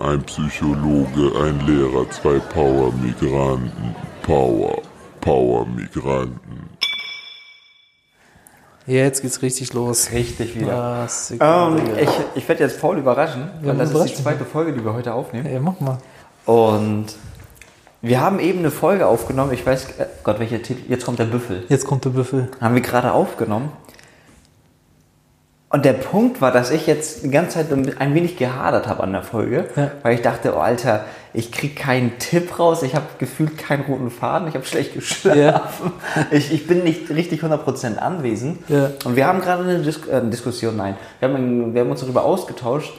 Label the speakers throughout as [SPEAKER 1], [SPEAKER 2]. [SPEAKER 1] Ein Psychologe, ein Lehrer, zwei Power-Migranten. Power. Power-Migranten.
[SPEAKER 2] Jetzt geht's richtig los.
[SPEAKER 3] Richtig wieder.
[SPEAKER 2] Was?
[SPEAKER 3] Ähm,
[SPEAKER 2] Digga.
[SPEAKER 3] ich ich werde jetzt Paul überraschen, weil das ist
[SPEAKER 2] überraschen.
[SPEAKER 3] die zweite Folge, die wir heute aufnehmen.
[SPEAKER 2] Ey, mach mal.
[SPEAKER 3] Und wir haben eben eine Folge aufgenommen. Ich weiß, äh, Gott, welcher Titel? Jetzt kommt der Büffel.
[SPEAKER 2] Jetzt kommt der Büffel.
[SPEAKER 3] Haben wir gerade aufgenommen. Und der Punkt war, dass ich jetzt die ganze Zeit ein wenig gehadert habe an der Folge,
[SPEAKER 2] Ja.
[SPEAKER 3] weil ich dachte, oh Alter, ich krieg keinen Tipp raus, ich habe gefühlt keinen roten Faden, ich habe schlecht geschlafen,
[SPEAKER 2] Ja.
[SPEAKER 3] ich, ich bin nicht richtig 100% anwesend.
[SPEAKER 2] Ja.
[SPEAKER 3] Und wir haben gerade eine Dis äh, Diskussion, nein, wir haben, wir haben uns darüber ausgetauscht,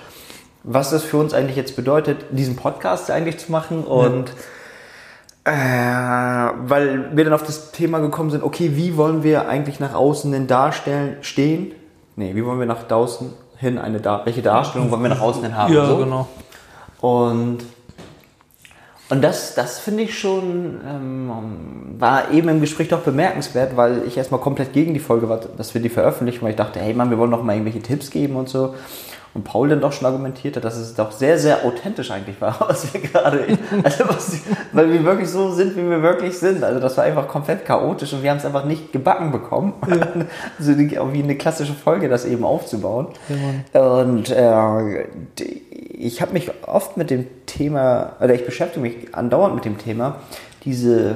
[SPEAKER 3] was das für uns eigentlich jetzt bedeutet, diesen Podcast eigentlich zu machen und äh, weil wir dann auf das Thema gekommen sind, okay, wie wollen wir eigentlich nach außen denn darstellen, stehen? Nee, wie wollen wir nach draußen hin eine Dar welche Darstellung wollen wir nach außen hin haben?
[SPEAKER 2] Ja,
[SPEAKER 3] so?
[SPEAKER 2] genau.
[SPEAKER 3] Und, und das, das finde ich schon, ähm, war eben im Gespräch doch bemerkenswert, weil ich erstmal komplett gegen die Folge war, dass wir die veröffentlichen, weil ich dachte, hey Mann, wir wollen doch mal irgendwelche Tipps geben und so. Und Paul dann doch schon argumentiert hat, dass es doch sehr, sehr authentisch eigentlich war, was wir gerade, also was, weil wir wirklich so sind, wie wir wirklich sind. Also das war einfach komplett chaotisch und wir haben es einfach nicht gebacken bekommen, so die, wie eine klassische Folge das eben aufzubauen. und äh, die, ich habe mich oft mit dem Thema, oder ich beschäftige mich andauernd mit dem Thema, diese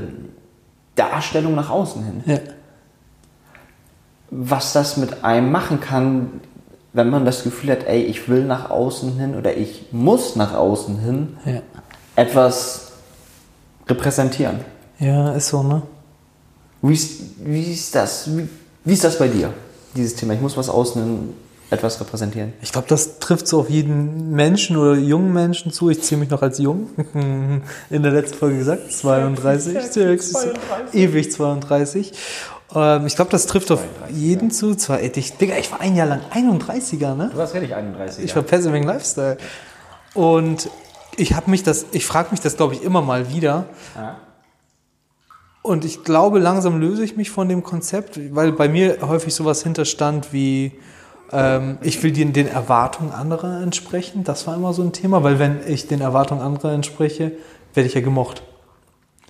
[SPEAKER 3] Darstellung nach außen hin.
[SPEAKER 2] Ja.
[SPEAKER 3] Was das mit einem machen kann, wenn man das Gefühl hat, ey, ich will nach außen hin oder ich muss nach außen hin
[SPEAKER 2] Ja.
[SPEAKER 3] etwas repräsentieren.
[SPEAKER 2] ja, ist so, ne?
[SPEAKER 3] Wie ist, wie ist das? Wie, wie ist das bei dir, dieses Thema? Ich muss was außen hin etwas repräsentieren.
[SPEAKER 2] Ich glaube, das trifft so auf jeden Menschen oder jungen Menschen zu. Ich zähle mich noch als jung. In der letzten Folge gesagt, 32. Ewig 32. Ähm, ich glaube, das trifft auf jeden zu. Zwar ich, Digga, ich war ein Jahr lang 31er, ne?
[SPEAKER 3] warst richtig 31.
[SPEAKER 2] Ich war Pässe wegen Lifestyle. Und ich habe mich das, ich frage mich das, glaube ich, immer mal wieder. Und ich glaube, langsam löse ich mich von dem Konzept, weil bei mir häufig sowas hinterstand wie, ähm, ich will den, den Erwartungen anderer entsprechen. Das war immer so ein Thema, weil wenn ich den Erwartungen anderer entspreche, werde ich ja gemocht.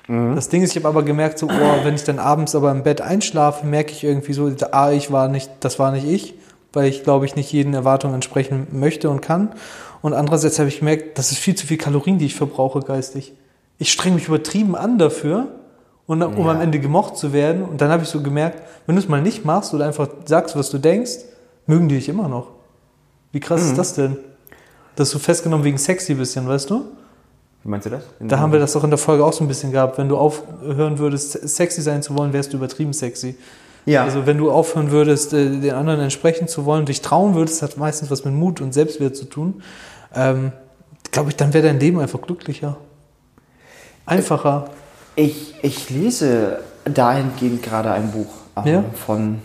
[SPEAKER 2] Das Ding ist, ich habe aber gemerkt, so, oh, wenn ich dann abends aber im Bett einschlafe, merke ich irgendwie so, ah, ich war nicht, das war nicht ich, weil ich glaube ich nicht jeden Erwartungen entsprechen möchte und kann. Und andererseits habe ich gemerkt, das ist viel zu viel Kalorien, die ich verbrauche geistig. Ich streng mich übertrieben an dafür, und, um am Ende gemocht zu werden. Und dann habe ich so gemerkt, wenn du es mal nicht machst oder einfach sagst, was du denkst, mögen die dich immer noch. Wie krass ist das denn? Dass du festgenommen wegen sexy bisschen, weißt du?
[SPEAKER 3] Wie meinst du das?
[SPEAKER 2] Da haben wir das doch in der Folge auch so ein bisschen gehabt. Wenn du aufhören würdest, sexy sein zu wollen, wärst du übertrieben sexy.
[SPEAKER 3] Ja.
[SPEAKER 2] Also wenn du aufhören würdest, äh, den anderen entsprechen zu wollen, dich trauen würdest, hat meistens was mit Mut und Selbstwert zu tun. Ähm, Glaube ich, dann wäre dein Leben einfach glücklicher. Einfacher.
[SPEAKER 3] Ich, ich lese dahingehend gerade ein Buch ähm,
[SPEAKER 2] Ja.
[SPEAKER 3] von,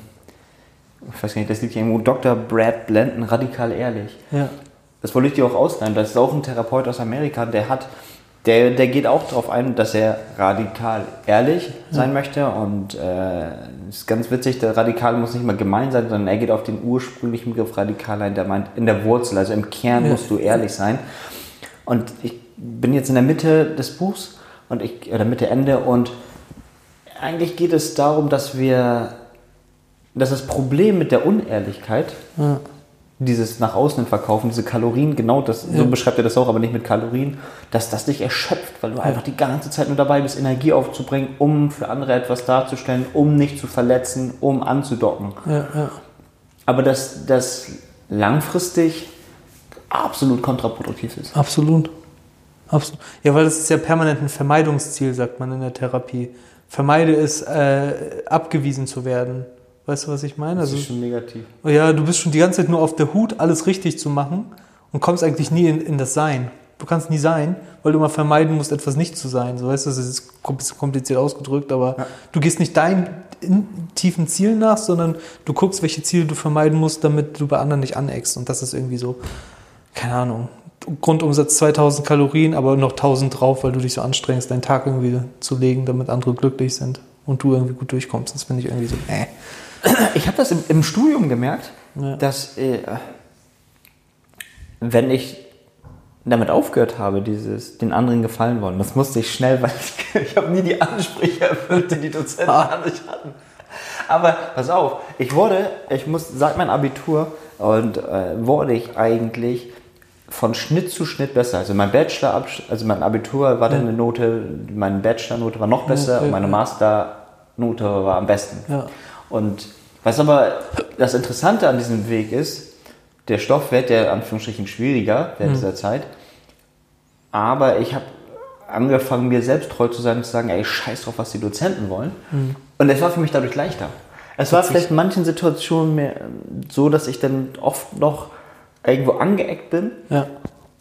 [SPEAKER 3] ich weiß gar nicht, das liegt hier irgendwo, Dr. Brad Blanton, radikal ehrlich.
[SPEAKER 2] Ja.
[SPEAKER 3] Das wollte ich dir auch ausleihen. Das ist auch ein Therapeut aus Amerika, der hat, der, der geht auch darauf ein, dass er radikal ehrlich sein möchte. Und äh, ist ganz witzig, der Radikal muss nicht mal gemein sein, sondern er geht auf den ursprünglichen Begriff radikal ein, der meint in der Wurzel, also im Kern
[SPEAKER 2] Ja.
[SPEAKER 3] musst du ehrlich sein. Und ich bin jetzt in der Mitte des Buchs und ich, oder Mitte Ende und eigentlich geht es darum, dass wir, dass das Problem mit der Unehrlichkeit
[SPEAKER 2] ja.
[SPEAKER 3] dieses nach außen hin verkaufen, diese Kalorien, genau das, so beschreibt er das auch, aber nicht mit Kalorien, dass das dich erschöpft, weil du einfach die ganze Zeit nur dabei bist, Energie aufzubringen, um für andere etwas darzustellen, um nicht zu verletzen, um anzudocken.
[SPEAKER 2] Ja, ja.
[SPEAKER 3] Aber dass das langfristig absolut kontraproduktiv ist.
[SPEAKER 2] Absolut. Absolut. Ja, weil das ist ja permanent ein Vermeidungsziel, sagt man in der Therapie. Vermeide es, äh, abgewiesen zu werden. Weißt du, was ich meine? Also,
[SPEAKER 3] schon negativ.
[SPEAKER 2] ja, du bist schon die ganze Zeit nur auf der Hut, alles richtig zu machen und kommst eigentlich nie in, in das Sein. Du kannst nie sein, weil du immer vermeiden musst, etwas nicht zu sein. So weißt du, das ist kom- bisschen kompliziert ausgedrückt, aber du gehst nicht deinen in, tiefen Zielen nach, sondern du guckst, welche Ziele du vermeiden musst, damit du bei anderen nicht aneckst. Und das ist irgendwie so, keine Ahnung, Grundumsatz 2000 Kalorien, aber noch 1000 drauf, weil du dich so anstrengst, deinen Tag irgendwie zu legen, damit andere glücklich sind und du irgendwie gut durchkommst. Das finde ich irgendwie so, äh.
[SPEAKER 3] Ich habe das im, im Studium gemerkt,
[SPEAKER 2] Ja.
[SPEAKER 3] dass äh, wenn äh, ich damit aufgehört habe, dieses den anderen gefallen wollen. Das musste ich schnell, weil ich, ich habe nie die Ansprüche erfüllt, die die Dozenten
[SPEAKER 2] Ah.
[SPEAKER 3] an mich hatten. Aber pass auf, ich wurde, ich muss seit meinem Abitur und äh, wurde ich eigentlich von Schnitt zu Schnitt besser. Also mein Bachelor, also mein Abitur war dann eine Note, meine Bachelor-Note war noch besser
[SPEAKER 2] Ja,
[SPEAKER 3] und
[SPEAKER 2] ja,
[SPEAKER 3] meine
[SPEAKER 2] ja.
[SPEAKER 3] Master-Note war am besten.
[SPEAKER 2] Ja.
[SPEAKER 3] Und was aber das Interessante an diesem Weg ist, der Stoff wird ja in Anführungsstrichen schwieriger während dieser Zeit. Aber ich habe angefangen, mir selbst treu zu sein und zu sagen, ey, scheiß drauf, was die Dozenten wollen. Und es war für mich dadurch leichter. Mhm. Es war vielleicht in manchen Situationen mehr ähm, so, dass ich dann oft noch irgendwo angeeckt bin.
[SPEAKER 2] Ja.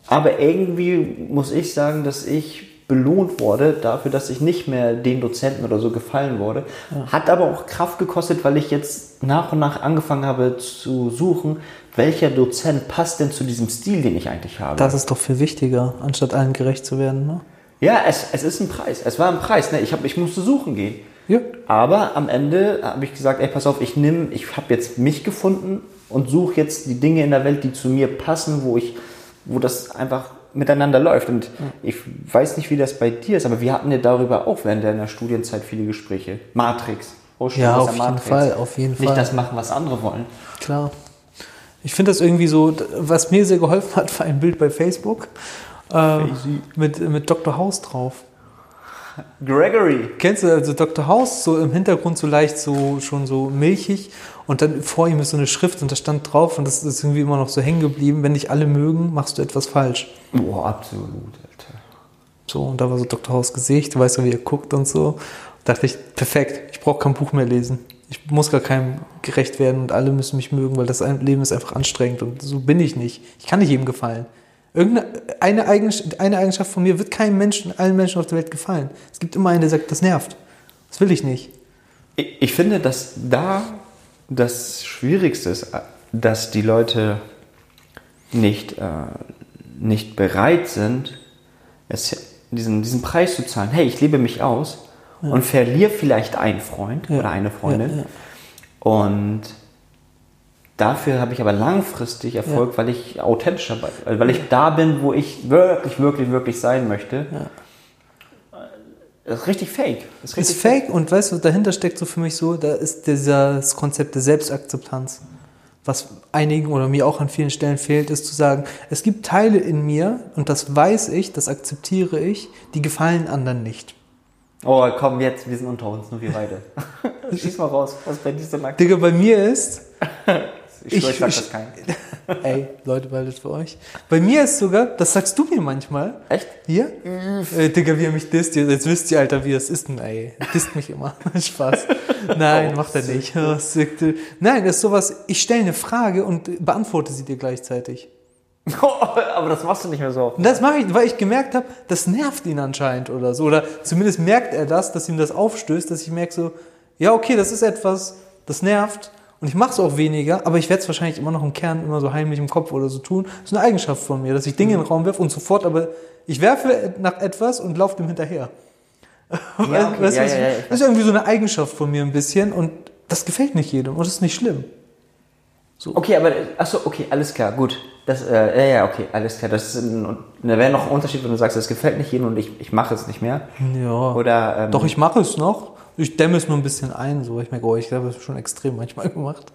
[SPEAKER 3] Aber irgendwie muss ich sagen, dass ich belohnt wurde dafür, dass ich nicht mehr den Dozenten oder so gefallen wurde. Hat aber auch Kraft gekostet, weil ich jetzt nach und nach angefangen habe zu suchen, welcher Dozent passt denn zu diesem Stil, den ich eigentlich habe.
[SPEAKER 2] Das ist doch viel wichtiger, anstatt allen gerecht zu werden. Ne?
[SPEAKER 3] ja, es, es ist ein Preis. Es war ein Preis. Ne? Ich, hab, ich musste suchen gehen.
[SPEAKER 2] Ja.
[SPEAKER 3] Aber am Ende habe ich gesagt, ey, pass auf, ich nehme, ich habe jetzt mich gefunden und suche jetzt die Dinge in der Welt, die zu mir passen, wo ich, wo das einfach miteinander läuft. Und ich weiß nicht, wie das bei dir ist, aber wir hatten ja darüber auch während deiner Studienzeit viele Gespräche. Matrix. Oh, stimmt,
[SPEAKER 2] Ja,
[SPEAKER 3] das ist
[SPEAKER 2] auf jeden Fall, auf jeden
[SPEAKER 3] Nicht
[SPEAKER 2] Fall.
[SPEAKER 3] das machen, was andere wollen.
[SPEAKER 2] Klar. Ich finde das irgendwie so, d- was mir sehr geholfen hat, war ein Bild bei Facebook äh, mit, mit Dr. House drauf.
[SPEAKER 3] Gregory.
[SPEAKER 2] Kennst du also Dr. House, so im Hintergrund so leicht so schon so milchig und dann vor ihm ist so eine Schrift und da stand drauf und das ist irgendwie immer noch so hängen geblieben, wenn dich alle mögen, machst du etwas falsch.
[SPEAKER 3] Boah, absolut, Alter.
[SPEAKER 2] So, und da war so Dr. House Gesicht, weißt du, wie er guckt und so. Dachte ich, perfekt, ich brauche kein Buch mehr lesen. Ich muss gar keinem gerecht werden und alle müssen mich mögen, weil das ein- Leben ist einfach anstrengend und so bin ich nicht. Ich kann nicht jedem gefallen. Irgendeine eine Eigenschaft, eine Eigenschaft von mir wird keinem Menschen, allen Menschen auf der Welt gefallen. Es gibt immer einen, der sagt, das nervt. Das will ich nicht.
[SPEAKER 3] Ich ich finde, dass da das Schwierigste ist, dass die Leute nicht, äh, nicht bereit sind, es, diesen, diesen Preis zu zahlen. Hey, ich lebe mich aus und verliere vielleicht einen Freund
[SPEAKER 2] Ja.
[SPEAKER 3] oder eine Freundin.
[SPEAKER 2] Ja, ja.
[SPEAKER 3] Und dafür habe ich aber langfristig Erfolg, weil ich authentischer bin, weil ich da bin, wo ich wirklich, wirklich, wirklich sein möchte. Das ist richtig fake. Das
[SPEAKER 2] Ist fake und weißt du, dahinter steckt so für mich so, da ist dieses Konzept der Selbstakzeptanz. Was einigen oder mir auch an vielen Stellen fehlt, ist zu sagen, es gibt Teile in mir und das weiß ich, das akzeptiere ich, die gefallen anderen nicht.
[SPEAKER 3] Oh, komm, jetzt, wir sind unter uns, nur wir beide. Schieß mal raus, was bei dir so mag.
[SPEAKER 2] Digga, bei mir ist,
[SPEAKER 3] Ich,
[SPEAKER 2] ich-
[SPEAKER 3] schwör, ich sag
[SPEAKER 2] ich-
[SPEAKER 3] das keinem.
[SPEAKER 2] ey, Leute, behaltet für euch. Bei mir ist sogar, das sagst du mir manchmal,
[SPEAKER 3] Echt?
[SPEAKER 2] Hier? Äh, Digga, wie er mich disst. Jetzt wisst ihr, Alter, wie es ist. Nein, disst mich immer. Spaß. Nein, macht er nicht. Oh, sickte. Nein, das ist sowas, ich stelle eine Frage und beantworte sie dir gleichzeitig.
[SPEAKER 3] Oh, aber das machst du nicht mehr so.
[SPEAKER 2] Und das mache ich, weil ich gemerkt habe, das nervt ihn anscheinend oder so. Oder zumindest merkt er das, dass ihm das aufstößt, dass ich merke so, ja, okay, das ist etwas, das nervt. Und ich mache es auch weniger, aber ich werde es wahrscheinlich immer noch im Kern immer so heimlich im Kopf oder so tun. Das ist eine Eigenschaft von mir, dass ich Dinge in den Raum werfe und sofort, aber ich werfe nach etwas und laufe dem hinterher.
[SPEAKER 3] Ja,
[SPEAKER 2] Weißt
[SPEAKER 3] okay.
[SPEAKER 2] du,
[SPEAKER 3] Ja,
[SPEAKER 2] was
[SPEAKER 3] ja,
[SPEAKER 2] ich-
[SPEAKER 3] ja, ich
[SPEAKER 2] das ist irgendwie so eine Eigenschaft von mir ein bisschen und das gefällt nicht jedem und das ist nicht schlimm.
[SPEAKER 3] Okay, aber, achso, okay, alles klar, gut. Das, äh, ja, ja, okay, alles klar. Das ist ein, und da wäre noch ein Unterschied, wenn du sagst, das gefällt nicht jedem und ich, ich mache es nicht mehr.
[SPEAKER 2] Ja.
[SPEAKER 3] Oder, ähm,
[SPEAKER 2] Doch, ich mache es noch. Ich dämme es nur ein bisschen ein. So. Ich merke, oh, ich habe es schon extrem manchmal gemacht.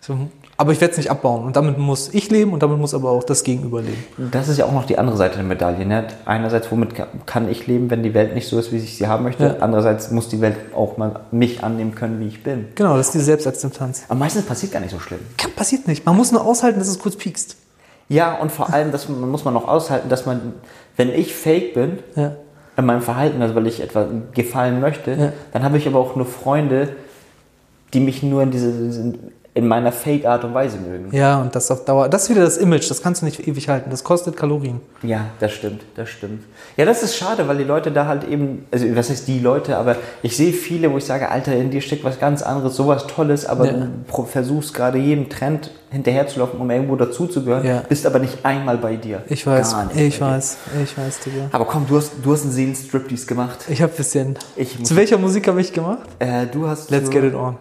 [SPEAKER 2] So. Aber ich werde es nicht abbauen. Und damit muss ich leben und damit muss aber auch das Gegenüber leben.
[SPEAKER 3] Das ist ja auch noch die andere Seite der Medaille. Ne? Einerseits, womit ka- kann ich leben, wenn die Welt nicht so ist, wie ich sie haben möchte?
[SPEAKER 2] Ja.
[SPEAKER 3] Andererseits muss die Welt auch mal mich annehmen können, wie ich bin.
[SPEAKER 2] Genau, das ist die Selbstakzeptanz.
[SPEAKER 3] Aber meistens passiert gar nicht so schlimm.
[SPEAKER 2] Kann, passiert nicht. Man muss nur aushalten, dass es kurz piekst.
[SPEAKER 3] Ja, und vor allem, das muss man noch aushalten, dass man, wenn ich fake bin
[SPEAKER 2] Ja.
[SPEAKER 3] in meinem Verhalten, also weil ich etwa gefallen möchte,
[SPEAKER 2] Ja.
[SPEAKER 3] dann habe ich aber auch nur Freunde, die mich nur in diese in meiner fake Art und Weise mögen.
[SPEAKER 2] ja, und das auf Dauer. Das ist wieder das Image. Das kannst du nicht ewig halten. Das kostet Kalorien.
[SPEAKER 3] Ja, das stimmt, das stimmt. Ja, das ist schade, weil die Leute da halt eben, also was heißt die Leute, aber ich sehe viele, wo ich sage, Alter, in dir steckt was ganz anderes, sowas Tolles, aber
[SPEAKER 2] Ja.
[SPEAKER 3] du pro- versuchst gerade jedem Trend hinterherzulaufen, um irgendwo dazuzugehören,
[SPEAKER 2] Ja.
[SPEAKER 3] bist aber nicht einmal bei dir.
[SPEAKER 2] Ich weiß.
[SPEAKER 3] Gar nicht bei
[SPEAKER 2] Ich
[SPEAKER 3] dir.
[SPEAKER 2] weiß. Ich weiß, Digga.
[SPEAKER 3] Aber komm, du hast, du hast einen Seelenstriptease gemacht.
[SPEAKER 2] Ich habe ein bisschen.
[SPEAKER 3] Ich muss-
[SPEAKER 2] Zu welcher Musik habe ich gemacht?
[SPEAKER 3] Äh, du hast.
[SPEAKER 2] Let's
[SPEAKER 3] zu-
[SPEAKER 2] get it on.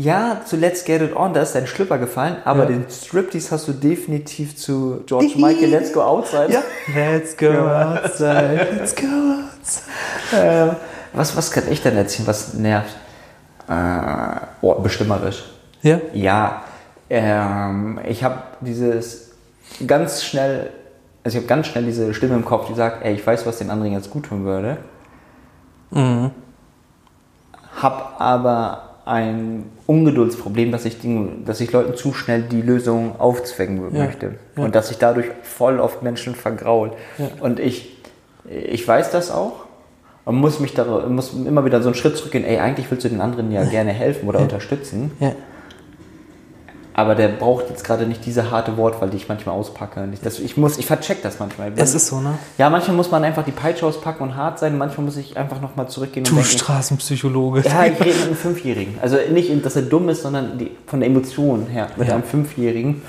[SPEAKER 3] ja, zu Let's Get It On, da ist dein Schlüpper gefallen, aber
[SPEAKER 2] Ja.
[SPEAKER 3] den Striptease hast du definitiv zu George Michael Let's Go Outside.
[SPEAKER 2] Ja. Let's go outside. Let's go outside.
[SPEAKER 3] Ähm, was, was kann ich denn erzählen, was nervt? Äh, oh, bestimmerisch.
[SPEAKER 2] Ja.
[SPEAKER 3] Ja, ähm, ich habe dieses ganz schnell, also ich habe ganz schnell diese Stimme im Kopf, die sagt, ey, ich weiß, was den anderen jetzt gut tun würde.
[SPEAKER 2] Mhm.
[SPEAKER 3] Hab aber ein Ungeduldsproblem, dass ich, Dinge, dass ich Leuten zu schnell die Lösung aufzwängen
[SPEAKER 2] Ja,
[SPEAKER 3] möchte.
[SPEAKER 2] ja.
[SPEAKER 3] Und dass ich dadurch voll oft Menschen vergraul.
[SPEAKER 2] Ja.
[SPEAKER 3] Und ich, ich weiß das auch und muss mich darüber, muss immer wieder so einen Schritt zurückgehen, ey, eigentlich willst du den anderen ja gerne helfen oder unterstützen.
[SPEAKER 2] Ja.
[SPEAKER 3] Aber der braucht jetzt gerade nicht diese harte Wortwahl, die ich manchmal auspacke. Und ich, das, ich muss, ich vercheck das manchmal.
[SPEAKER 2] Es ist so, ne?
[SPEAKER 3] ja, manchmal muss man einfach die Peitsche auspacken und hart sein. Manchmal muss ich einfach nochmal zurückgehen und
[SPEAKER 2] Du
[SPEAKER 3] denken,
[SPEAKER 2] Straßenpsychologe.
[SPEAKER 3] ja, ich rede mit einem Fünfjährigen. Also nicht, dass er dumm ist, sondern die, von der Emotion her mit
[SPEAKER 2] Ja.
[SPEAKER 3] einem Fünfjährigen.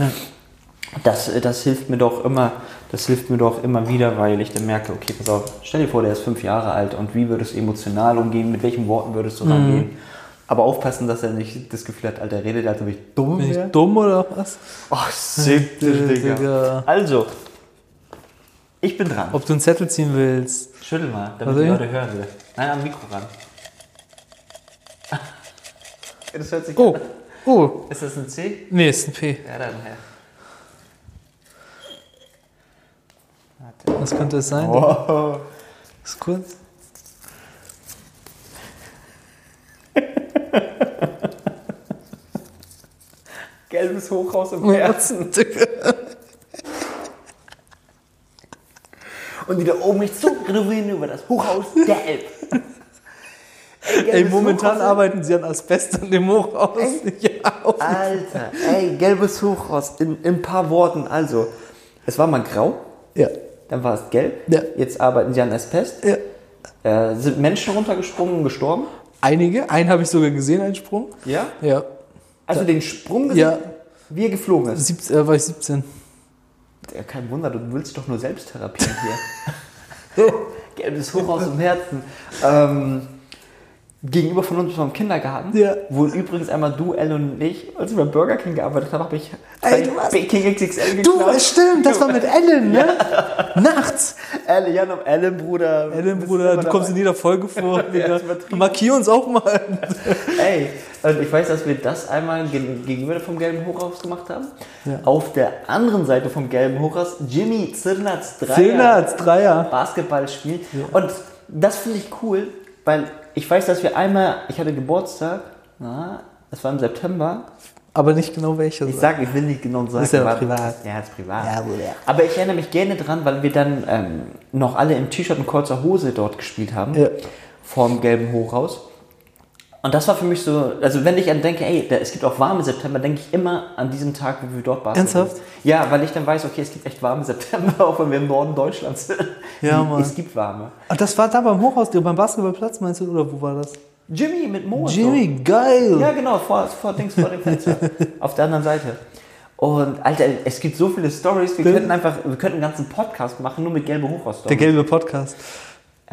[SPEAKER 3] Das, das hilft mir doch immer, das hilft mir doch immer wieder, weil ich dann merke, okay, pass auf, stell dir vor, der ist fünf Jahre alt und wie würdest du emotional umgehen, mit welchen Worten würdest du rangehen? Aber aufpassen, dass er nicht das Gefühl hat, Alter, redet, als ob ich dumm
[SPEAKER 2] Bin
[SPEAKER 3] wäre.
[SPEAKER 2] ich dumm oder was?
[SPEAKER 3] Ach, sick,
[SPEAKER 2] Sick,
[SPEAKER 3] Digga.
[SPEAKER 2] Digga.
[SPEAKER 3] Also, ich bin dran.
[SPEAKER 2] Ob du einen Zettel ziehen willst?
[SPEAKER 3] Schüttel mal, damit
[SPEAKER 2] Also
[SPEAKER 3] die
[SPEAKER 2] ich-
[SPEAKER 3] Leute hören. Will. Nein, am Mikro ran. Das hört sich
[SPEAKER 2] Oh,
[SPEAKER 3] an.
[SPEAKER 2] oh,
[SPEAKER 3] Ist das ein C?
[SPEAKER 2] nee, ist ein P.
[SPEAKER 3] Ja, dann her.
[SPEAKER 2] Was könnte es sein?
[SPEAKER 3] Wow.
[SPEAKER 2] Ist kurz.
[SPEAKER 3] Gelbes Hochhaus im
[SPEAKER 2] Herzen.
[SPEAKER 3] Und die da oben nicht so renovieren über das Hochhaus gelb.
[SPEAKER 2] Ey,
[SPEAKER 3] gelbes
[SPEAKER 2] momentan
[SPEAKER 3] Hochhaus
[SPEAKER 2] arbeiten sie an Asbest in dem Hochhaus. Ja, auf.
[SPEAKER 3] Alter, ey, gelbes Hochhaus. In, in ein paar Worten. Also, es war mal grau,
[SPEAKER 2] ja.
[SPEAKER 3] dann war es gelb.
[SPEAKER 2] Ja.
[SPEAKER 3] Jetzt arbeiten sie an Asbest.
[SPEAKER 2] ja.
[SPEAKER 3] Äh, sind Menschen runtergesprungen und gestorben.
[SPEAKER 2] Einige, einen habe ich sogar gesehen, einen Sprung.
[SPEAKER 3] Ja.
[SPEAKER 2] Ja.
[SPEAKER 3] Also den Sprung gesehen,
[SPEAKER 2] Ja.
[SPEAKER 3] wie er geflogen ist.
[SPEAKER 2] Siebz, äh, war ich 17.
[SPEAKER 3] Ja, kein Wunder, du willst doch nur selbst therapieren hier. Gelbes Hoch aus dem Herzen. Ähm, gegenüber von uns vom Kindergarten,
[SPEAKER 2] Ja.
[SPEAKER 3] wo übrigens einmal du, Elle und ich, als ich bei Burger King gearbeitet habe, habe ich
[SPEAKER 2] Ey,
[SPEAKER 3] zwei
[SPEAKER 2] du warst-
[SPEAKER 3] Peking XXL
[SPEAKER 2] Du,
[SPEAKER 3] geklaut.
[SPEAKER 2] stimmt, das war mit Ellen, ne? Nachts.
[SPEAKER 3] Elle, Jan und Ellen, Bruder.
[SPEAKER 2] Ellen,
[SPEAKER 3] bist
[SPEAKER 2] Bruder,
[SPEAKER 3] immer
[SPEAKER 2] du kommst in
[SPEAKER 3] dabei.
[SPEAKER 2] jeder Folge vor. Digga.
[SPEAKER 3] ist übertrieben.
[SPEAKER 2] Markier uns auch mal.
[SPEAKER 3] Ey, und ich weiß, dass wir das einmal gen- gegenüber vom gelben Hochhaus gemacht haben.
[SPEAKER 2] Ja.
[SPEAKER 3] Auf der anderen Seite vom gelben Hochhaus, Jimmy Zirnatz 3.
[SPEAKER 2] Filmnarz, Dreier.
[SPEAKER 3] Basketball spielt. Und das finde ich cool, weil ich weiß, dass wir einmal, ich hatte Geburtstag, na, es war im September.
[SPEAKER 2] Aber nicht genau welche.
[SPEAKER 3] Ich sage, ich will nicht genau sagen.
[SPEAKER 2] Ist ja
[SPEAKER 3] aber-
[SPEAKER 2] privat.
[SPEAKER 3] Ja, ist privat.
[SPEAKER 2] Ja, wohl, ja.
[SPEAKER 3] Aber ich erinnere mich gerne dran, weil wir dann ähm, noch alle im T-Shirt und kurzer Hose dort gespielt haben.
[SPEAKER 2] Ja.
[SPEAKER 3] Vorm gelben Hochhaus. Und das war für mich so, also wenn ich an denke, ey, da, es gibt auch warme September, denke ich immer an diesen Tag, wo wir dort waren.
[SPEAKER 2] Ernsthaft?
[SPEAKER 3] Ja, weil ich dann weiß, okay, es gibt echt warme September, auch wenn wir im Norden Deutschlands sind.
[SPEAKER 2] Ja, Mann.
[SPEAKER 3] Es gibt warme.
[SPEAKER 2] Ach, das war da beim Hochhaus, beim Basketballplatz meinst du, oder wo war das?
[SPEAKER 3] Jimmy mit Mo. und
[SPEAKER 2] Jimmy, geil.
[SPEAKER 3] So. Ja, genau, vor, vor Dings, vor dem Fenster. Auf der anderen Seite. Und Alter, es gibt so viele Stories. Wir
[SPEAKER 2] Stimmt.
[SPEAKER 3] könnten einfach, wir könnten einen ganzen Podcast machen, nur mit gelbe hochhaus
[SPEAKER 2] Der gelbe Podcast.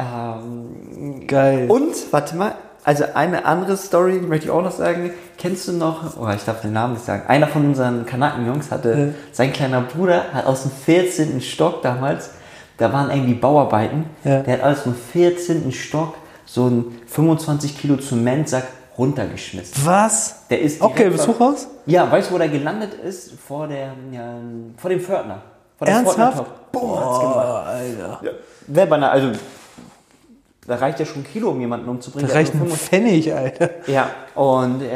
[SPEAKER 3] ähm,
[SPEAKER 2] Geil.
[SPEAKER 3] Und, warte mal, also eine andere Story, die möchte ich auch noch sagen. Kennst du noch, oh, ich darf den Namen nicht sagen, einer von unseren Kanakenjungs hatte, sein kleiner Bruder hat aus dem 14. Stock damals, da waren irgendwie Bauarbeiten,
[SPEAKER 2] Ja.
[SPEAKER 3] der hat aus dem 14. Stock so einen 25 Kilo Zementsack runtergeschmissen.
[SPEAKER 2] Was?
[SPEAKER 3] Der ist
[SPEAKER 2] Auch
[SPEAKER 3] direkt
[SPEAKER 2] gelbes
[SPEAKER 3] vor-
[SPEAKER 2] Hochhaus?
[SPEAKER 3] Ja, weißt du, wo der gelandet ist? Vor, der, ja, vor dem Fördner. Vor dem
[SPEAKER 2] Ernsthaft?
[SPEAKER 3] Fördner-Top. Boah, hat's gemacht. Ja. Wer bei einer, also, da reicht ja schon ein Kilo, um jemanden umzubringen.
[SPEAKER 2] Da
[SPEAKER 3] Der hat
[SPEAKER 2] reicht
[SPEAKER 3] nur
[SPEAKER 2] ein Pfennig, Alter.
[SPEAKER 3] Ja, und äh,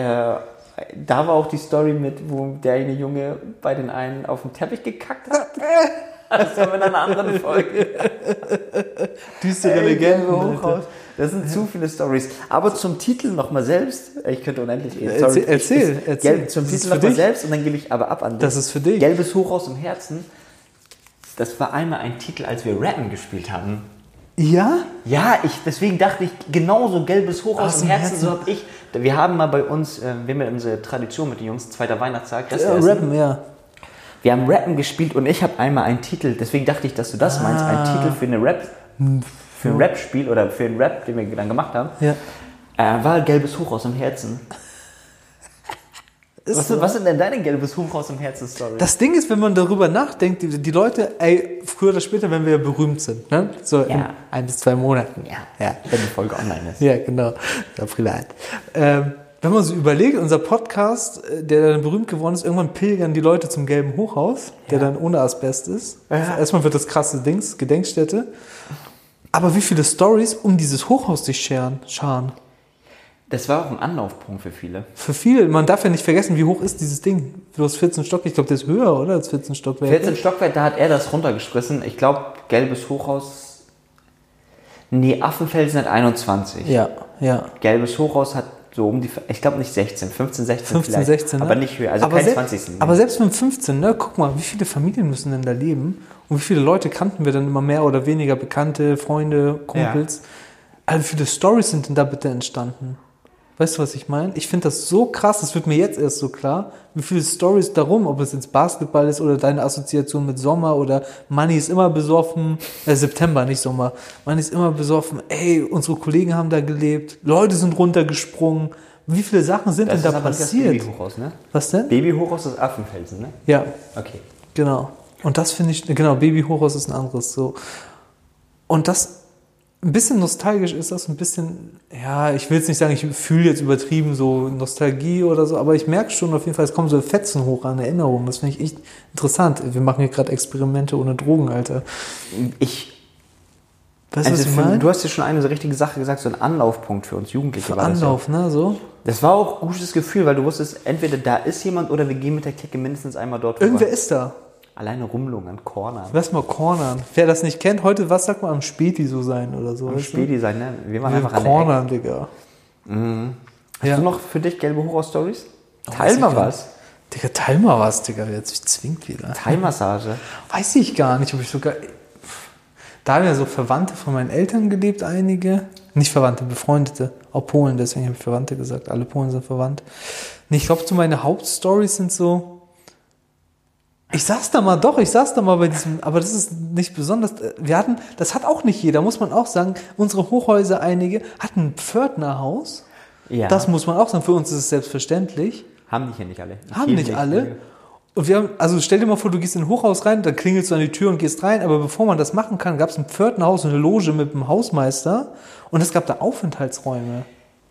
[SPEAKER 3] da war auch die Story mit, wo der eine Junge bei den einen auf den Teppich gekackt hat.
[SPEAKER 2] Äh.
[SPEAKER 3] Das haben wir in einer anderen Folge.
[SPEAKER 2] Düstere
[SPEAKER 3] Ey,
[SPEAKER 2] Legende.
[SPEAKER 3] gelbe
[SPEAKER 2] Alter.
[SPEAKER 3] Hochhaus. Das sind zu viele Stories. Aber zum Titel nochmal selbst. Ich könnte unendlich reden.
[SPEAKER 2] Äh, Erzähl- erzähl,
[SPEAKER 3] Ich-
[SPEAKER 2] erzähl.
[SPEAKER 3] Gelb, zum
[SPEAKER 2] Das ist
[SPEAKER 3] Titel
[SPEAKER 2] für
[SPEAKER 3] nochmal
[SPEAKER 2] dich.
[SPEAKER 3] selbst und dann gebe ich aber ab an dich.
[SPEAKER 2] Das ist für dich.
[SPEAKER 3] Gelbes Hochhaus im Herzen. Das war einmal ein Titel, als wir Rappen gespielt haben.
[SPEAKER 2] Ja?
[SPEAKER 3] Ja, ich, deswegen dachte ich, genauso gelbes Hochhaus
[SPEAKER 2] Aus
[SPEAKER 3] im
[SPEAKER 2] dem
[SPEAKER 3] Herzen,
[SPEAKER 2] Herzen.
[SPEAKER 3] so hab ich. Wir haben mal bei uns, äh, wir haben ja unsere Tradition mit den Jungs, zweiter Weihnachtstag,
[SPEAKER 2] Äh,
[SPEAKER 3] Restessen.
[SPEAKER 2] rappen, ja.
[SPEAKER 3] Wir haben Rappen gespielt und ich habe einmal einen Titel, deswegen dachte ich, dass du das meinst,
[SPEAKER 2] Ah.
[SPEAKER 3] einen Titel für, eine Rap,
[SPEAKER 2] Hm,
[SPEAKER 3] für ein Rap-Spiel oder für einen Rap, den wir dann gemacht haben,
[SPEAKER 2] Ja.
[SPEAKER 3] äh, war Gelbes Hoch aus dem Herzen.
[SPEAKER 2] Ist
[SPEAKER 3] Was,
[SPEAKER 2] so.
[SPEAKER 3] was sind denn deine gelbes Buch aus dem Herzen-Story?
[SPEAKER 2] Das Ding ist, wenn man darüber nachdenkt, die, die Leute, ey, früher oder später, wenn wir berühmt sind, ne? so in
[SPEAKER 3] Ja.
[SPEAKER 2] ein bis zwei Monaten.
[SPEAKER 3] ja,
[SPEAKER 2] ja.
[SPEAKER 3] wenn die Folge online ist.
[SPEAKER 2] Ja, genau. April 1. Ähm, wenn man so überlegt, unser Podcast, äh, der dann berühmt geworden ist, irgendwann pilgern die Leute zum gelben Hochhaus, der dann ohne Asbest ist.
[SPEAKER 3] Ja.
[SPEAKER 2] Erstmal wird das krasse Dings, Gedenkstätte. Aber wie viele Stories um dieses Hochhaus sich scheren, scharen?
[SPEAKER 3] Das war auch ein Anlaufpunkt für viele.
[SPEAKER 2] Für viele, man darf ja nicht vergessen, wie hoch ist dieses Ding? Du hast 14 Stock, ich glaube, der ist höher, oder? Als 14 Stockwerke.
[SPEAKER 3] 14 Stockwerk, da hat er das runtergeschmissen. Ich glaube, gelbes Hochhaus. Nee, Affenfelsen hat 21.
[SPEAKER 2] Ja, ja.
[SPEAKER 3] Gelbes Hochhaus hat so um die, ich glaube nicht 16, 15, 16
[SPEAKER 2] 15,
[SPEAKER 3] vielleicht.
[SPEAKER 2] 16. Ne?
[SPEAKER 3] Aber nicht höher, also
[SPEAKER 2] aber
[SPEAKER 3] kein
[SPEAKER 2] sel-
[SPEAKER 3] 20. nee.
[SPEAKER 2] Aber selbst mit 15, ne? guck mal, wie viele Familien müssen denn da leben? Und wie viele Leute kannten wir dann immer mehr oder weniger? Bekannte, Freunde, Kumpels. Also wie viele Stories sind denn da bitte entstanden? Weißt du, was ich meine? Ich finde das so krass, das wird mir jetzt erst so klar, wie viele Stories darum, ob es jetzt Basketball ist oder deine Assoziation mit Sommer oder Money ist immer besoffen, äh, September, nicht Sommer, Money ist immer besoffen, ey, unsere Kollegen haben da gelebt, Leute sind runtergesprungen, wie viele Sachen sind
[SPEAKER 3] das ist
[SPEAKER 2] denn da
[SPEAKER 3] aber nicht Das
[SPEAKER 2] passiert?
[SPEAKER 3] Babyhochhaus, ne?
[SPEAKER 2] Was denn?
[SPEAKER 3] Babyhochhaus ist Affenfelsen, ne?
[SPEAKER 2] Ja,
[SPEAKER 3] Okay.
[SPEAKER 2] genau. Und das finde ich, genau, Babyhochhaus ist ein anderes so. Und das, ein bisschen nostalgisch ist das, ein bisschen, ja, ich will jetzt nicht sagen, ich fühle jetzt übertrieben so Nostalgie oder so, aber ich merke schon auf jeden Fall, es kommen so Fetzen hoch an Erinnerungen. Das finde ich echt interessant. Wir machen hier gerade Experimente ohne Drogen, Alter.
[SPEAKER 3] Ich,
[SPEAKER 2] Weißt du,
[SPEAKER 3] also
[SPEAKER 2] was ich
[SPEAKER 3] für,
[SPEAKER 2] meine?
[SPEAKER 3] du hast ja schon eine so richtige Sache gesagt, so ein Anlaufpunkt für uns Jugendliche war das. Ja.
[SPEAKER 2] Anlauf, ne, so.
[SPEAKER 3] Das war auch ein gutes Gefühl, weil du wusstest, entweder da ist jemand oder wir gehen mit der Kicke mindestens einmal dort
[SPEAKER 2] Irgendwer
[SPEAKER 3] rüber.
[SPEAKER 2] ist da.
[SPEAKER 3] Alleine rumlungern, Cornern.
[SPEAKER 2] Lass mal cornern. Wer das nicht kennt, heute, was sagt man, am Späti so sein oder so.
[SPEAKER 3] Am
[SPEAKER 2] weißt du?
[SPEAKER 3] Späti sein, ne? Wir waren
[SPEAKER 2] Wir
[SPEAKER 3] einfach an der Ecke. Mhm.
[SPEAKER 2] cornern, Digga.
[SPEAKER 3] Hast
[SPEAKER 2] Ja. Oh,
[SPEAKER 3] du noch für dich gelbe Horror-Stories? Teil mal was.
[SPEAKER 2] Digga, teil mal was, Digga, wer jetzt sich zwingt wieder.
[SPEAKER 3] Teilmassage.
[SPEAKER 2] Weiß ich gar nicht, ob ich sogar. Da haben ja so Verwandte von meinen Eltern gelebt, einige. Nicht Verwandte, Befreundete. Auch Polen, deswegen habe ich Verwandte gesagt. Alle Polen sind verwandt. Nee, ich glaube, so meine Hauptstories sind so. Ich saß da mal, doch, ich saß da mal bei diesem, aber das ist nicht besonders. Wir hatten, das hat auch nicht jeder, muss man auch sagen. Unsere Hochhäuser, einige, hatten ein Pförtnerhaus.
[SPEAKER 3] Ja.
[SPEAKER 2] Das muss man auch sagen. Für uns ist es selbstverständlich.
[SPEAKER 3] haben die hier nicht alle.
[SPEAKER 2] Haben
[SPEAKER 3] Hier
[SPEAKER 2] nicht alle. Und wir haben, also stell dir mal vor, du gehst in ein Hochhaus rein, dann klingelst du an die Tür und gehst rein, aber bevor man das machen kann, gab es ein Pförtnerhaus, eine Loge mit einem Hausmeister und es gab da Aufenthaltsräume.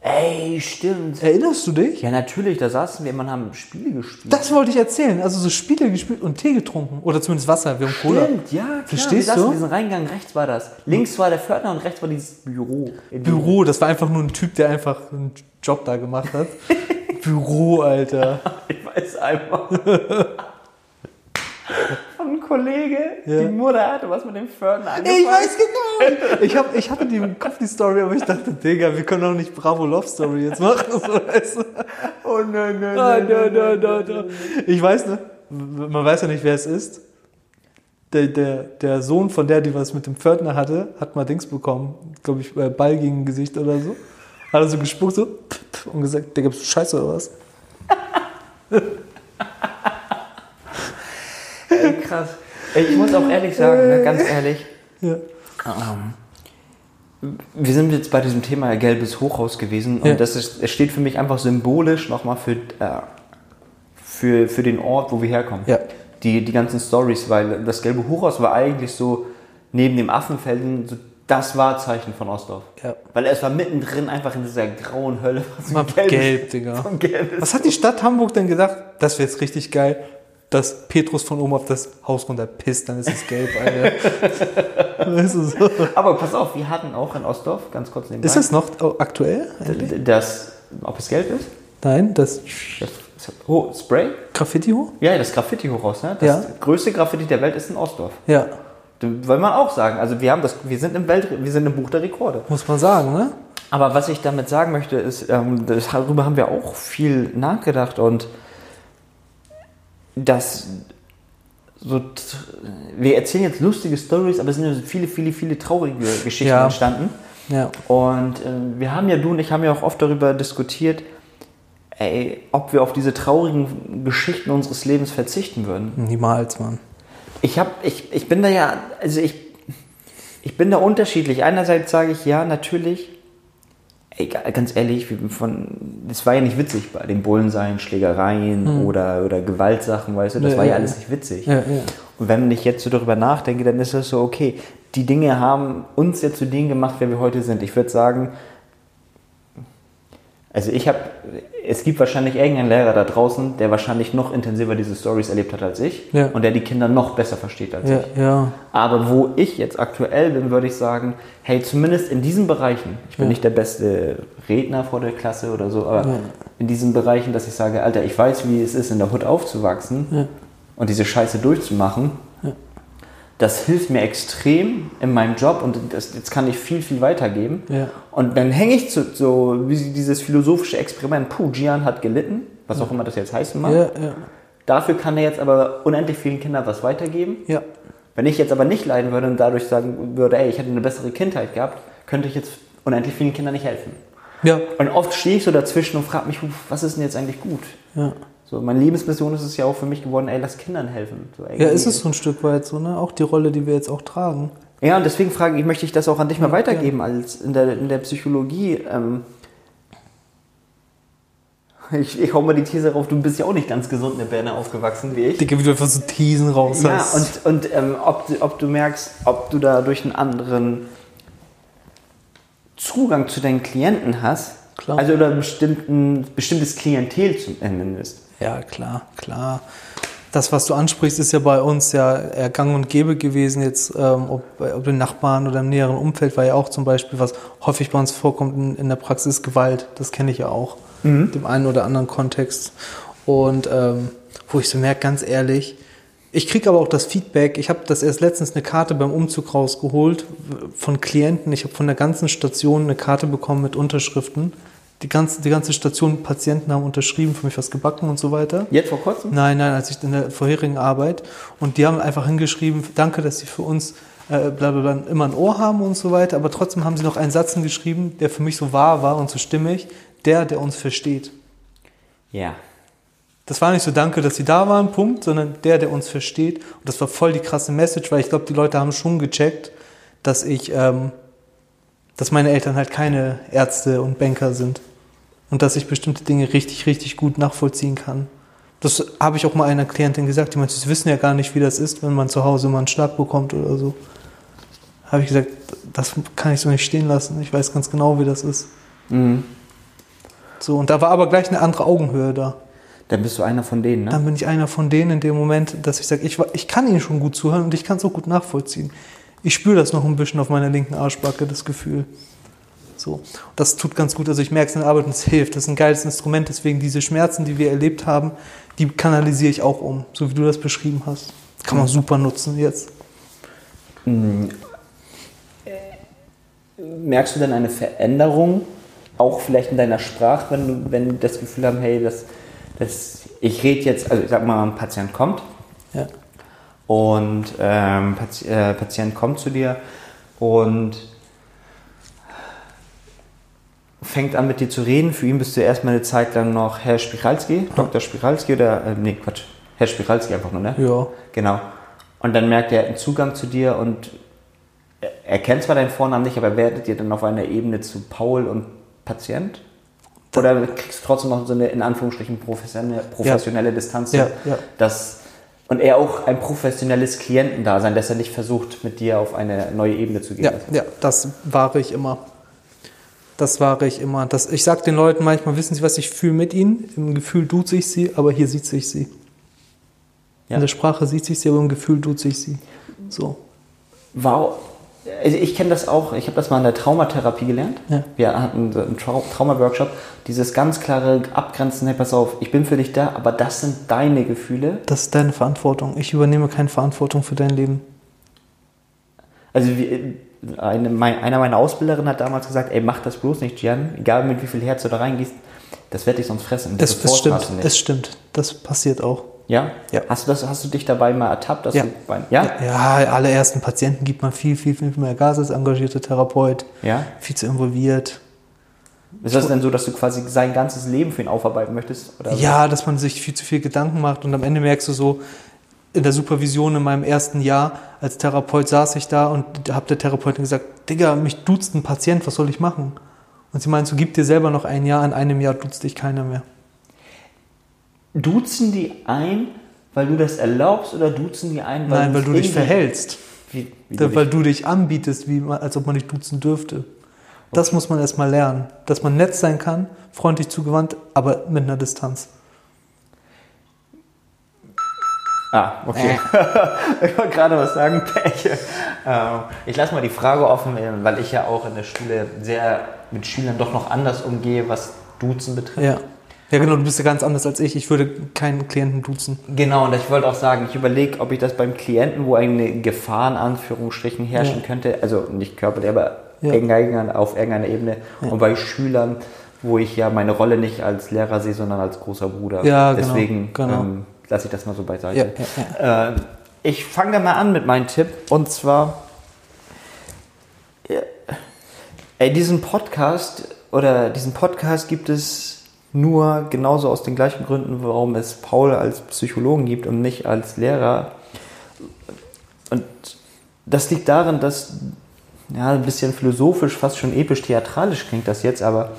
[SPEAKER 3] Ey, stimmt.
[SPEAKER 2] Erinnerst du dich?
[SPEAKER 3] Ja, natürlich, da saßen wir, man haben Spiele gespielt.
[SPEAKER 2] Das wollte ich erzählen. Also so Spiele gespielt und Tee getrunken oder zumindest Wasser, wir haben Cola.
[SPEAKER 3] Stimmt, ja, klar. wir
[SPEAKER 2] Verstehst
[SPEAKER 3] saßen
[SPEAKER 2] du?
[SPEAKER 3] in diesem Reingang, rechts war das. Links war der Pförtner und rechts war dieses Büro. In dem-
[SPEAKER 2] Büro, das war einfach nur ein Typ, der einfach einen Job da gemacht hat. Büro, Alter.
[SPEAKER 3] Ich weiß einfach. Von einem Kollege, die Mutter hatte was mit dem Pförtner angefangen.
[SPEAKER 2] Ich weiß genau. Ich, hab, ich hatte die im Kopf, die Story, aber ich dachte, Digga, wir können doch nicht Bravo Love Story jetzt machen. So, weißt du?
[SPEAKER 3] Oh nein, nein,
[SPEAKER 2] Da,
[SPEAKER 3] nein,
[SPEAKER 2] da,
[SPEAKER 3] nein,
[SPEAKER 2] da,
[SPEAKER 3] nein,
[SPEAKER 2] da,
[SPEAKER 3] nein,
[SPEAKER 2] da. Ich weiß, ne? Man weiß ja nicht, wer es ist. Der, der, der Sohn von der, die was mit dem Pförtner hatte, hat mal Dings bekommen. Glaube ich, äh, Ball gegen Gesicht oder so. Hat er so gespuckt so pf, pf, und gesagt, der gibt's Scheiße oder was?
[SPEAKER 3] Ey, krass. Ey, ich muss auch ehrlich sagen, ne, ganz ehrlich,
[SPEAKER 2] Ja.
[SPEAKER 3] Ähm, wir sind jetzt bei diesem Thema gelbes Hochhaus gewesen und
[SPEAKER 2] Ja.
[SPEAKER 3] das, ist, es steht für mich einfach symbolisch nochmal für, äh, für, für den Ort, wo wir herkommen.
[SPEAKER 2] Ja.
[SPEAKER 3] Die, die ganzen Stories, weil das gelbe Hochhaus war eigentlich so neben dem Affenfelden so das Wahrzeichen von Ostdorf.
[SPEAKER 2] Ja.
[SPEAKER 3] Weil es war mittendrin einfach in dieser grauen Hölle. Was
[SPEAKER 2] Mal
[SPEAKER 3] ein
[SPEAKER 2] gelb,
[SPEAKER 3] gelbes-
[SPEAKER 2] Digga.
[SPEAKER 3] so ein gelbes-
[SPEAKER 2] Was hat die Stadt Hamburg denn gedacht? Das wäre jetzt richtig geil, dass Petrus von oben auf das Haus runter pisst, dann ist es gelb, Alter. weißt du so?
[SPEAKER 3] Aber pass auf, wir hatten auch in Ostdorf, ganz kurz nebenbei,
[SPEAKER 2] Ist das noch aktuell?
[SPEAKER 3] das, ob es gelb ist?
[SPEAKER 2] Nein, das
[SPEAKER 3] Das, oh, Spray?
[SPEAKER 2] Graffiti hoch?
[SPEAKER 3] Ja, das Graffiti hochhaus, ne? Das
[SPEAKER 2] Ja.
[SPEAKER 3] größte Graffiti der Welt ist in Ostdorf.
[SPEAKER 2] Ja,
[SPEAKER 3] Da will man auch sagen. Also wir haben das, wir sind im Welt, wir sind im Buch der Rekorde.
[SPEAKER 2] muss man sagen, ne?
[SPEAKER 3] Aber was ich damit sagen möchte, ist, ähm, das- darüber haben wir auch viel nachgedacht und das so, t- wir erzählen jetzt lustige Stories, aber es sind ja viele, viele, viele traurige Geschichten
[SPEAKER 2] Ja.
[SPEAKER 3] entstanden.
[SPEAKER 2] Ja.
[SPEAKER 3] Und ähm, wir haben ja, du und ich haben ja auch oft darüber diskutiert, ey, ob wir auf diese traurigen Geschichten unseres Lebens verzichten würden.
[SPEAKER 2] Niemals, Mann.
[SPEAKER 3] Ich habe, ich, ich bin da ja, also ich, ich bin da unterschiedlich. Einerseits sage ich ja, natürlich, egal, ganz ehrlich, wir von, das war ja nicht witzig bei den Bullen sein, Schlägereien oder, oder Gewaltsachen, weißt du,
[SPEAKER 2] Hm.
[SPEAKER 3] das
[SPEAKER 2] Ja,
[SPEAKER 3] war ja,
[SPEAKER 2] ja,
[SPEAKER 3] alles
[SPEAKER 2] ja.
[SPEAKER 3] nicht witzig.
[SPEAKER 2] Ja, ja.
[SPEAKER 3] Und wenn ich jetzt so darüber nachdenke, dann ist das so, okay, die Dinge haben uns ja zu denen gemacht, wer wir heute sind. Ich würde sagen, also ich habe, es gibt wahrscheinlich irgendeinen Lehrer da draußen, der wahrscheinlich noch intensiver diese Stories erlebt hat als ich
[SPEAKER 2] Ja.
[SPEAKER 3] und der die Kinder noch besser versteht als
[SPEAKER 2] Ja,
[SPEAKER 3] ich.
[SPEAKER 2] ja.
[SPEAKER 3] Aber wo ich jetzt aktuell bin, würde ich sagen, hey, zumindest in diesen Bereichen, ich bin
[SPEAKER 2] Ja.
[SPEAKER 3] nicht der beste Redner vor der Klasse oder so, aber
[SPEAKER 2] Ja.
[SPEAKER 3] in diesen Bereichen, dass ich sage, Alter, ich weiß, wie es ist, in der Hut aufzuwachsen
[SPEAKER 2] Ja.
[SPEAKER 3] und diese Scheiße durchzumachen, das hilft mir extrem in meinem Job und das, jetzt kann ich viel, viel weitergeben.
[SPEAKER 2] Ja.
[SPEAKER 3] Und dann hänge ich zu, so, wie sie- dieses philosophische Experiment, puh, Gian hat gelitten, was auch immer das jetzt heißen mag.
[SPEAKER 2] Ja, ja.
[SPEAKER 3] Dafür kann er jetzt aber unendlich vielen Kindern was weitergeben.
[SPEAKER 2] Ja.
[SPEAKER 3] Wenn ich jetzt aber nicht leiden würde und dadurch sagen würde, ey, ich hätte eine bessere Kindheit gehabt, könnte ich jetzt unendlich vielen Kindern nicht helfen.
[SPEAKER 2] Ja.
[SPEAKER 3] Und oft stehe ich so dazwischen und frage mich, "Puh, was ist denn jetzt eigentlich gut?
[SPEAKER 2] Ja.
[SPEAKER 3] So, meine Lebensmission ist es ja auch für mich geworden, ey, lass Kindern helfen. So, ey,
[SPEAKER 2] ja, ist es so ein Stück weit so, ne? Auch die Rolle, die wir jetzt auch tragen.
[SPEAKER 3] Ja, und deswegen frage ich, möchte ich das auch an dich mal weitergeben, als in der, in der Psychologie. Ähm, ich, ich hau mal die These rauf, du bist ja auch nicht ganz gesund in der Birne aufgewachsen wie ich.
[SPEAKER 2] Dicke, wie du einfach so Thesen raus
[SPEAKER 3] Ja,
[SPEAKER 2] hast.
[SPEAKER 3] und, und ähm, ob, du- ob du merkst, ob du da durch einen anderen Zugang zu deinen Klienten hast.
[SPEAKER 2] Klar.
[SPEAKER 3] Also oder bestimmten, bestimmtes Klientel zumindest.
[SPEAKER 2] Ja, klar, klar. Das, was du ansprichst, ist ja bei uns ja eher gang und gäbe gewesen, jetzt ähm, ob, ob den Nachbarn oder im näheren Umfeld, war ja auch zum Beispiel, was häufig bei uns vorkommt in, in der Praxis, Gewalt. Das kenne ich ja auch, dem einen oder anderen Kontext. Und ähm, wo ich so merke, ganz ehrlich, ich kriege aber auch das Feedback, ich habe das erst letztens eine Karte beim Umzug rausgeholt von Klienten, ich habe von der ganzen Station eine Karte bekommen mit Unterschriften. Die ganze, die ganze Station, Patienten haben unterschrieben, für mich was gebacken und so weiter.
[SPEAKER 3] Jetzt vor kurzem?
[SPEAKER 2] Nein, nein, als ich in der vorherigen Arbeit. Und die haben einfach hingeschrieben, danke, dass sie für uns äh, bla, bla, bla, immer ein Ohr haben und so weiter. Aber trotzdem haben sie noch einen Satz hingeschrieben, der für mich so wahr war und so stimmig. Der, der uns versteht.
[SPEAKER 3] Ja.
[SPEAKER 2] Das war nicht so danke, dass sie da waren, Punkt, sondern der, der uns versteht. Und das war voll die krasse Message, weil ich glaube, die Leute haben schon gecheckt, dass ich, ähm, dass meine Eltern halt keine Ärzte und Banker sind. Und dass ich bestimmte Dinge richtig, richtig gut nachvollziehen kann. Das habe ich auch mal einer Klientin gesagt, die meinte, sie wissen ja gar nicht, wie das ist, wenn man zu Hause mal einen Schlag bekommt oder so. Habe ich gesagt, das kann ich so nicht stehen lassen. Ich weiß ganz genau, wie das ist.
[SPEAKER 3] Mhm.
[SPEAKER 2] So, und da war aber gleich eine andere Augenhöhe da.
[SPEAKER 3] Dann bist du einer von denen, ne?
[SPEAKER 2] Dann bin ich einer von denen in dem Moment, dass ich sage, ich, wa- ich kann ihnen schon gut zuhören und ich kann es auch gut nachvollziehen. Ich spüre das noch ein bisschen auf meiner linken Arschbacke, das Gefühl. So. Und das tut ganz gut. Also ich merke es in der Arbeit und es hilft. Das ist ein geiles Instrument. Deswegen diese Schmerzen, die wir erlebt haben, die kanalisiere ich auch um, so wie du das beschrieben hast. Kann man super nutzen jetzt.
[SPEAKER 3] Merkst du denn eine Veränderung, auch vielleicht in deiner Sprache, wenn du, wenn du das Gefühl haben, hey, das, das, ich rede jetzt, also ich sag mal, ein Patient kommt
[SPEAKER 2] Ja.
[SPEAKER 3] und ähm, Pati äh, Patient kommt zu dir und fängt an mit dir zu reden. Für ihn bist du erstmal eine Zeit lang noch Herr Spiralski, Dr. Spiralski oder, äh, nee, Quatsch, Herr Spiralski einfach nur, ne?
[SPEAKER 2] Ja.
[SPEAKER 3] Genau. Und dann merkt er, er hat einen Zugang zu dir und er- er kennt zwar deinen Vornamen nicht, aber er werdet ihr dann auf einer Ebene zu Paul und Patient? Oder kriegst du trotzdem noch so eine, in Anführungsstrichen, professionelle, professionelle Distanz?
[SPEAKER 2] Ja, ja.
[SPEAKER 3] Dass, und er auch ein professionelles Klientendasein, dass er nicht versucht, mit dir auf eine neue Ebene zu gehen.
[SPEAKER 2] Ja, ja, das wahre ich immer. Das wahre ich immer. Das, ich sage den Leuten manchmal, wissen Sie was, ich fühle mit Ihnen. Im Gefühl duze ich Sie, aber hier sieht sich Sie.
[SPEAKER 3] Ja.
[SPEAKER 2] In der Sprache sieht sich Sie, aber im Gefühl duze ich Sie. So.
[SPEAKER 3] Wow. Also ich kenne das auch, ich habe das mal in der Traumatherapie gelernt.
[SPEAKER 2] Ja.
[SPEAKER 3] Wir hatten so einen Trau Trauma-Workshop, dieses ganz klare Abgrenzen, hey, pass auf, ich bin für dich da, aber das sind deine Gefühle.
[SPEAKER 2] Das ist deine Verantwortung. Ich übernehme keine Verantwortung für dein Leben.
[SPEAKER 3] Also wie, eine, mein, einer meiner Ausbilderinnen hat damals gesagt, ey, mach das bloß nicht, Gian, egal mit wie viel Herz du da reingehst, das werde ich sonst fressen.
[SPEAKER 2] Es,
[SPEAKER 3] Diese
[SPEAKER 2] es stimmt,
[SPEAKER 3] Vorstraßen nicht.
[SPEAKER 2] es stimmt. Das passiert auch.
[SPEAKER 3] ja?
[SPEAKER 2] Ja.
[SPEAKER 3] Hast du das, hast du dich dabei mal ertappt? Dass
[SPEAKER 2] Ja.
[SPEAKER 3] Du beim, ja?
[SPEAKER 2] Ja, alle ersten Patienten gibt man viel, viel, viel mehr Gas als engagierter Therapeut.
[SPEAKER 3] Ja.
[SPEAKER 2] Viel zu involviert.
[SPEAKER 3] Ist das denn so, dass du quasi sein ganzes Leben für ihn aufarbeiten möchtest? Oder
[SPEAKER 2] Ja, dass man sich viel zu viel Gedanken macht und am Ende merkst du so, in der Supervision in meinem ersten Jahr als Therapeut saß ich da und habe der Therapeutin gesagt, Digga, mich duzt ein Patient, was soll ich machen? Und sie meinst, du gib dir selber noch ein Jahr, in einem Jahr duzt dich keiner mehr.
[SPEAKER 3] Duzen die ein, weil du das erlaubst oder duzen die ein,
[SPEAKER 2] Nein, weil
[SPEAKER 3] es
[SPEAKER 2] du dich
[SPEAKER 3] irgendwie-
[SPEAKER 2] verhältst.
[SPEAKER 3] Wie, wie
[SPEAKER 2] Da,
[SPEAKER 3] du
[SPEAKER 2] weil
[SPEAKER 3] dich-
[SPEAKER 2] du dich anbietest, wie, man- als ob man dich duzen dürfte. Das muss man erstmal lernen. Dass man nett sein kann, freundlich zugewandt, aber mit einer Distanz.
[SPEAKER 3] ah, okay. ich wollte gerade was sagen, Pech. Ähm, ich lasse mal die Frage offen, äh, weil ich ja auch in der Schule sehr mit Schülern doch noch anders umgehe, was Duzen betrifft.
[SPEAKER 2] Ja. Ja, genau, du bist ja ganz anders als ich. Ich würde keinen Klienten duzen.
[SPEAKER 3] Genau, und ich wollte auch sagen, ich überlege, ob ich das beim Klienten, wo eine Gefahr in Anführungsstrichen herrschen
[SPEAKER 2] Ja.
[SPEAKER 3] könnte, also nicht körperlich, aber
[SPEAKER 2] Ja.
[SPEAKER 3] irgendeiner- auf irgendeiner Ebene, und bei Schülern, wo ich ja meine Rolle nicht als Lehrer sehe, sondern als großer Bruder.
[SPEAKER 2] Ja, genau,
[SPEAKER 3] Deswegen
[SPEAKER 2] genau.
[SPEAKER 3] Ähm, lasse ich das mal so beiseite.
[SPEAKER 2] Ja, ja,
[SPEAKER 3] Äh, ich fange da mal an mit meinem Tipp, und zwar Ey, diesen Podcast oder diesen Podcast gibt es nur genauso aus den gleichen Gründen, warum es Paul als Psychologen gibt und mich als Lehrer. Und das liegt darin, dass ja, ein bisschen philosophisch, fast schon episch theatralisch klingt das jetzt, aber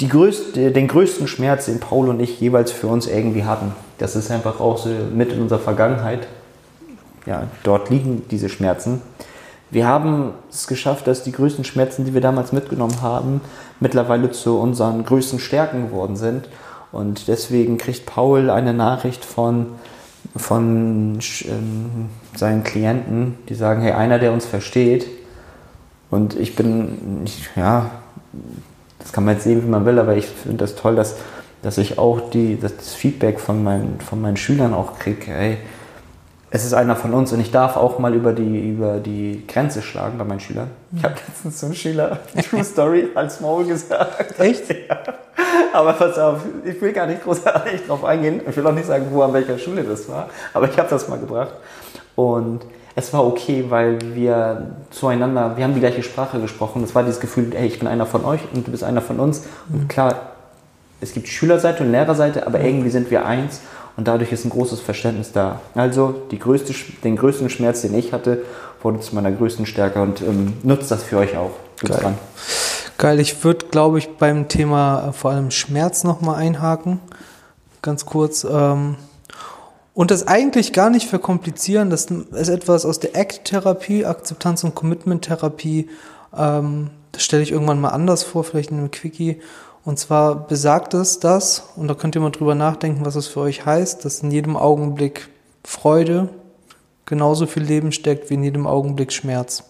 [SPEAKER 3] die größte, den größten Schmerz, den Paul und ich jeweils für uns irgendwie hatten, das ist einfach auch so mit in unserer Vergangenheit ja, dort liegen diese Schmerzen. Wir haben es geschafft, dass die größten Schmerzen, die wir damals mitgenommen haben, mittlerweile zu unseren größten Stärken geworden sind. Und deswegen kriegt Paul eine Nachricht von, von sch- ähm, seinen Klienten, die sagen, hey, einer, der uns versteht. Und ich bin, ich, ja, das kann man jetzt sehen, wie man will, aber ich finde das toll, dass, dass ich auch die, das Feedback von meinen, von meinen Schülern auch kriege. Hey, es ist einer von uns und ich darf auch mal über die, über die Grenze schlagen bei meinen Schülern. Ich habe letztens so einen Schüler, True Story, als Maul gesagt.
[SPEAKER 2] Echt?
[SPEAKER 3] Ja. Aber pass auf, ich will gar nicht großartig drauf eingehen. Ich will auch nicht sagen, wo an welcher Schule das war, aber ich habe das mal gebracht. Und es war okay, weil wir zueinander, wir haben die gleiche Sprache gesprochen. Es war dieses Gefühl, hey, ich bin einer von euch und du bist einer von uns. Und klar, es gibt Schülerseite und Lehrerseite, aber irgendwie sind wir eins und dadurch ist ein großes Verständnis da. Also die größte, Sch- den größten Schmerz, den ich hatte, wurde zu meiner größten Stärke und ähm, nutzt das für euch auch. Du bist
[SPEAKER 2] Geil.
[SPEAKER 3] dran.
[SPEAKER 2] Geil, ich würde, glaube ich, beim Thema äh, vor allem Schmerz nochmal einhaken. Ganz kurz. Ähm, und das eigentlich gar nicht verkomplizieren. Das ist etwas aus der ACT-Therapie, Akzeptanz- und Commitment-Therapie. Ähm, das stelle ich irgendwann mal anders vor, vielleicht in einem Quickie. Und zwar besagt es das, und da könnt ihr mal drüber nachdenken, was es für euch heißt, dass in jedem Augenblick Freude genauso viel Leben steckt wie in jedem Augenblick Schmerz.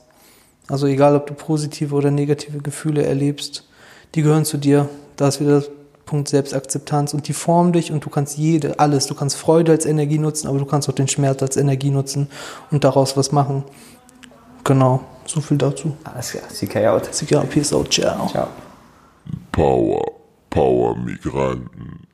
[SPEAKER 2] Also egal, ob du positive oder negative Gefühle erlebst, die gehören zu dir. Da ist wieder der Punkt Selbstakzeptanz und die formen dich und du kannst jede, alles, du kannst Freude als Energie nutzen, aber du kannst auch den Schmerz als Energie nutzen und daraus was machen. Genau, so viel dazu.
[SPEAKER 3] Alles klar, CK out.
[SPEAKER 2] CK, peace out, ciao.
[SPEAKER 3] Ciao.
[SPEAKER 1] Power, Power Migranten.